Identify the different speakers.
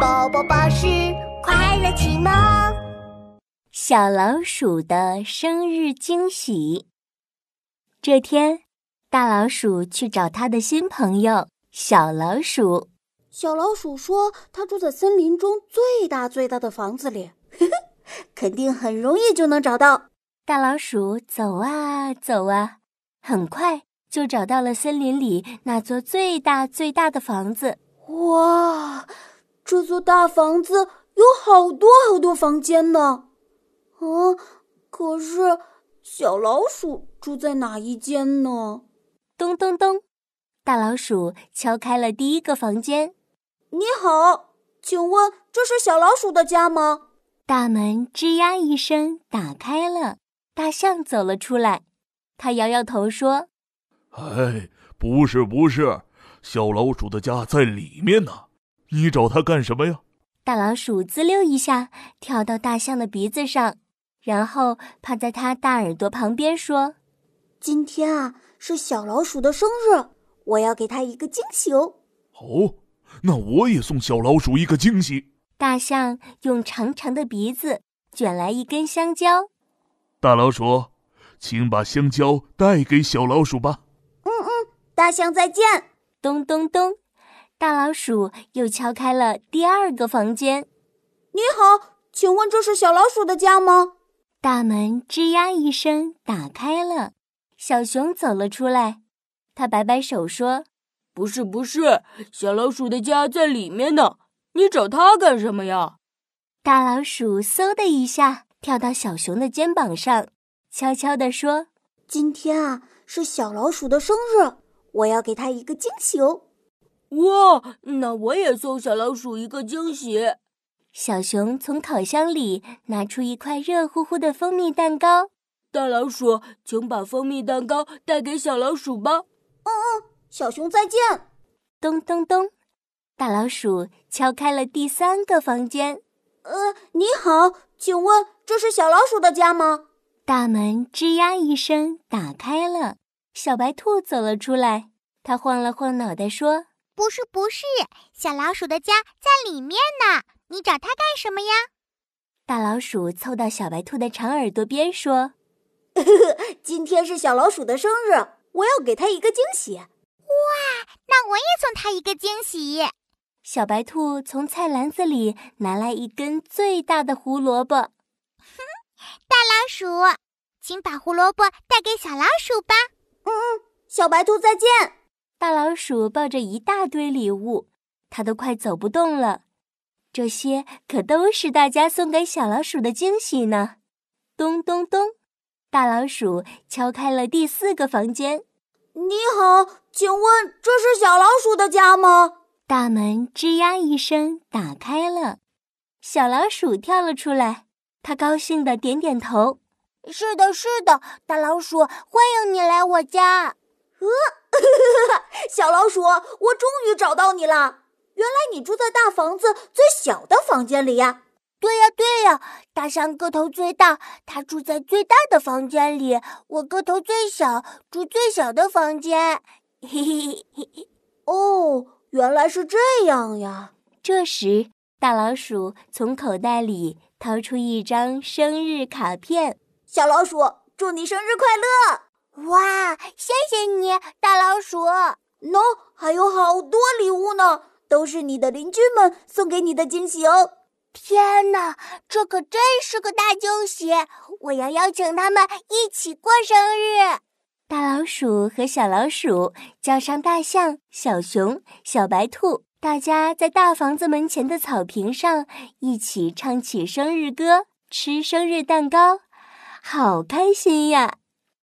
Speaker 1: 宝宝巴士快乐启蒙，
Speaker 2: 小老鼠的生日惊喜。这天，大老鼠去找它的新朋友小老鼠。
Speaker 3: 小老鼠说：“它住在森林中最大最大的房子 里，肯定很容易就能找到。”
Speaker 2: 大老鼠走啊走啊，很快就找到了森林里那座最大最大的房子。
Speaker 3: 哇，这座大房子有好多好多房间呢！啊，可是小老鼠住在哪一间呢？
Speaker 2: 咚咚咚，大老鼠敲开了第一个房间。
Speaker 3: 你好，请问这是小老鼠的家吗？
Speaker 2: 大门吱呀一声打开了，大象走了出来。他摇摇头说：“
Speaker 4: 哎，不是，不是。”小老鼠的家在里面呢，你找它干什么呀？
Speaker 2: 大老鼠滋溜一下跳到大象的鼻子上，然后趴在它大耳朵旁边说：“
Speaker 3: 今天啊，是小老鼠的生日，我要给它一个惊喜哦。”
Speaker 4: 哦，那我也送小老鼠一个惊喜。
Speaker 2: 大象用长长的鼻子卷来一根香蕉。
Speaker 4: 大老鼠，请把香蕉带给小老鼠吧。
Speaker 3: 嗯嗯，大象再见。
Speaker 2: 咚咚咚！大老鼠又敲开了第二个房间。
Speaker 3: 你好，请问这是小老鼠的家吗？
Speaker 2: 大门吱呀一声打开了，小熊走了出来。他摆摆手说：“
Speaker 5: 不是，不是，小老鼠的家在里面呢。你找它干什么呀？”
Speaker 2: 大老鼠嗖的一下跳到小熊的肩膀上，悄悄地说：“
Speaker 3: 今天啊，是小老鼠的生日。”我要给他一个惊喜哦！
Speaker 5: 哇，那我也送小老鼠一个惊喜。
Speaker 2: 小熊从烤箱里拿出一块热乎乎的蜂蜜蛋糕。
Speaker 5: 大老鼠，请把蜂蜜蛋糕带给小老鼠吧。
Speaker 3: 嗯嗯，小熊再见。
Speaker 2: 咚咚咚，大老鼠敲开了第三个房间。
Speaker 3: 呃，你好，请问这是小老鼠的家吗？
Speaker 2: 大门吱呀一声打开了。小白兔走了出来，它晃了晃脑袋说：“
Speaker 1: 不是，不是，小老鼠的家在里面呢，你找它干什么呀？”
Speaker 2: 大老鼠凑到小白兔的长耳朵边说：“
Speaker 3: 今天是小老鼠的生日，我要给它一个惊喜。”“
Speaker 1: 哇，那我也送它一个惊喜。”
Speaker 2: 小白兔从菜篮子里拿来一根最大的胡萝卜。
Speaker 1: 哼，大老鼠，请把胡萝卜带给小老鼠吧。
Speaker 3: 嗯嗯，小白兔再见。
Speaker 2: 大老鼠抱着一大堆礼物，它都快走不动了。这些可都是大家送给小老鼠的惊喜呢。咚咚咚，大老鼠敲开了第四个房间。
Speaker 3: 你好，请问这是小老鼠的家吗？
Speaker 2: 大门吱呀一声打开了，小老鼠跳了出来。它高兴地点点头。
Speaker 6: 是的，是的，大老鼠，欢迎你来我家。啊
Speaker 3: 呃、哦，小老鼠，我终于找到你啦！原来你住在大房子最小的房间里呀？
Speaker 6: 对呀，对呀，大象个头最大，它住在最大的房间里。我个头最小，住最小的房间。嘿嘿
Speaker 3: 嘿嘿。 哦，原来是这样呀！
Speaker 2: 这时，大老鼠从口袋里掏出一张生日卡片。
Speaker 3: 小老鼠，祝你生日快乐！
Speaker 6: 哇，谢谢你，大老鼠。喏、
Speaker 3: no,，还有好多礼物呢，都是你的邻居们送给你的惊喜哦。
Speaker 6: 天哪，这可真是个大惊喜！我要邀请他们一起过生日。
Speaker 2: 大老鼠和小老鼠叫上大象、小熊、小白兔，大家在大房子门前的草坪上一起唱起生日歌，吃生日蛋糕。好开心呀！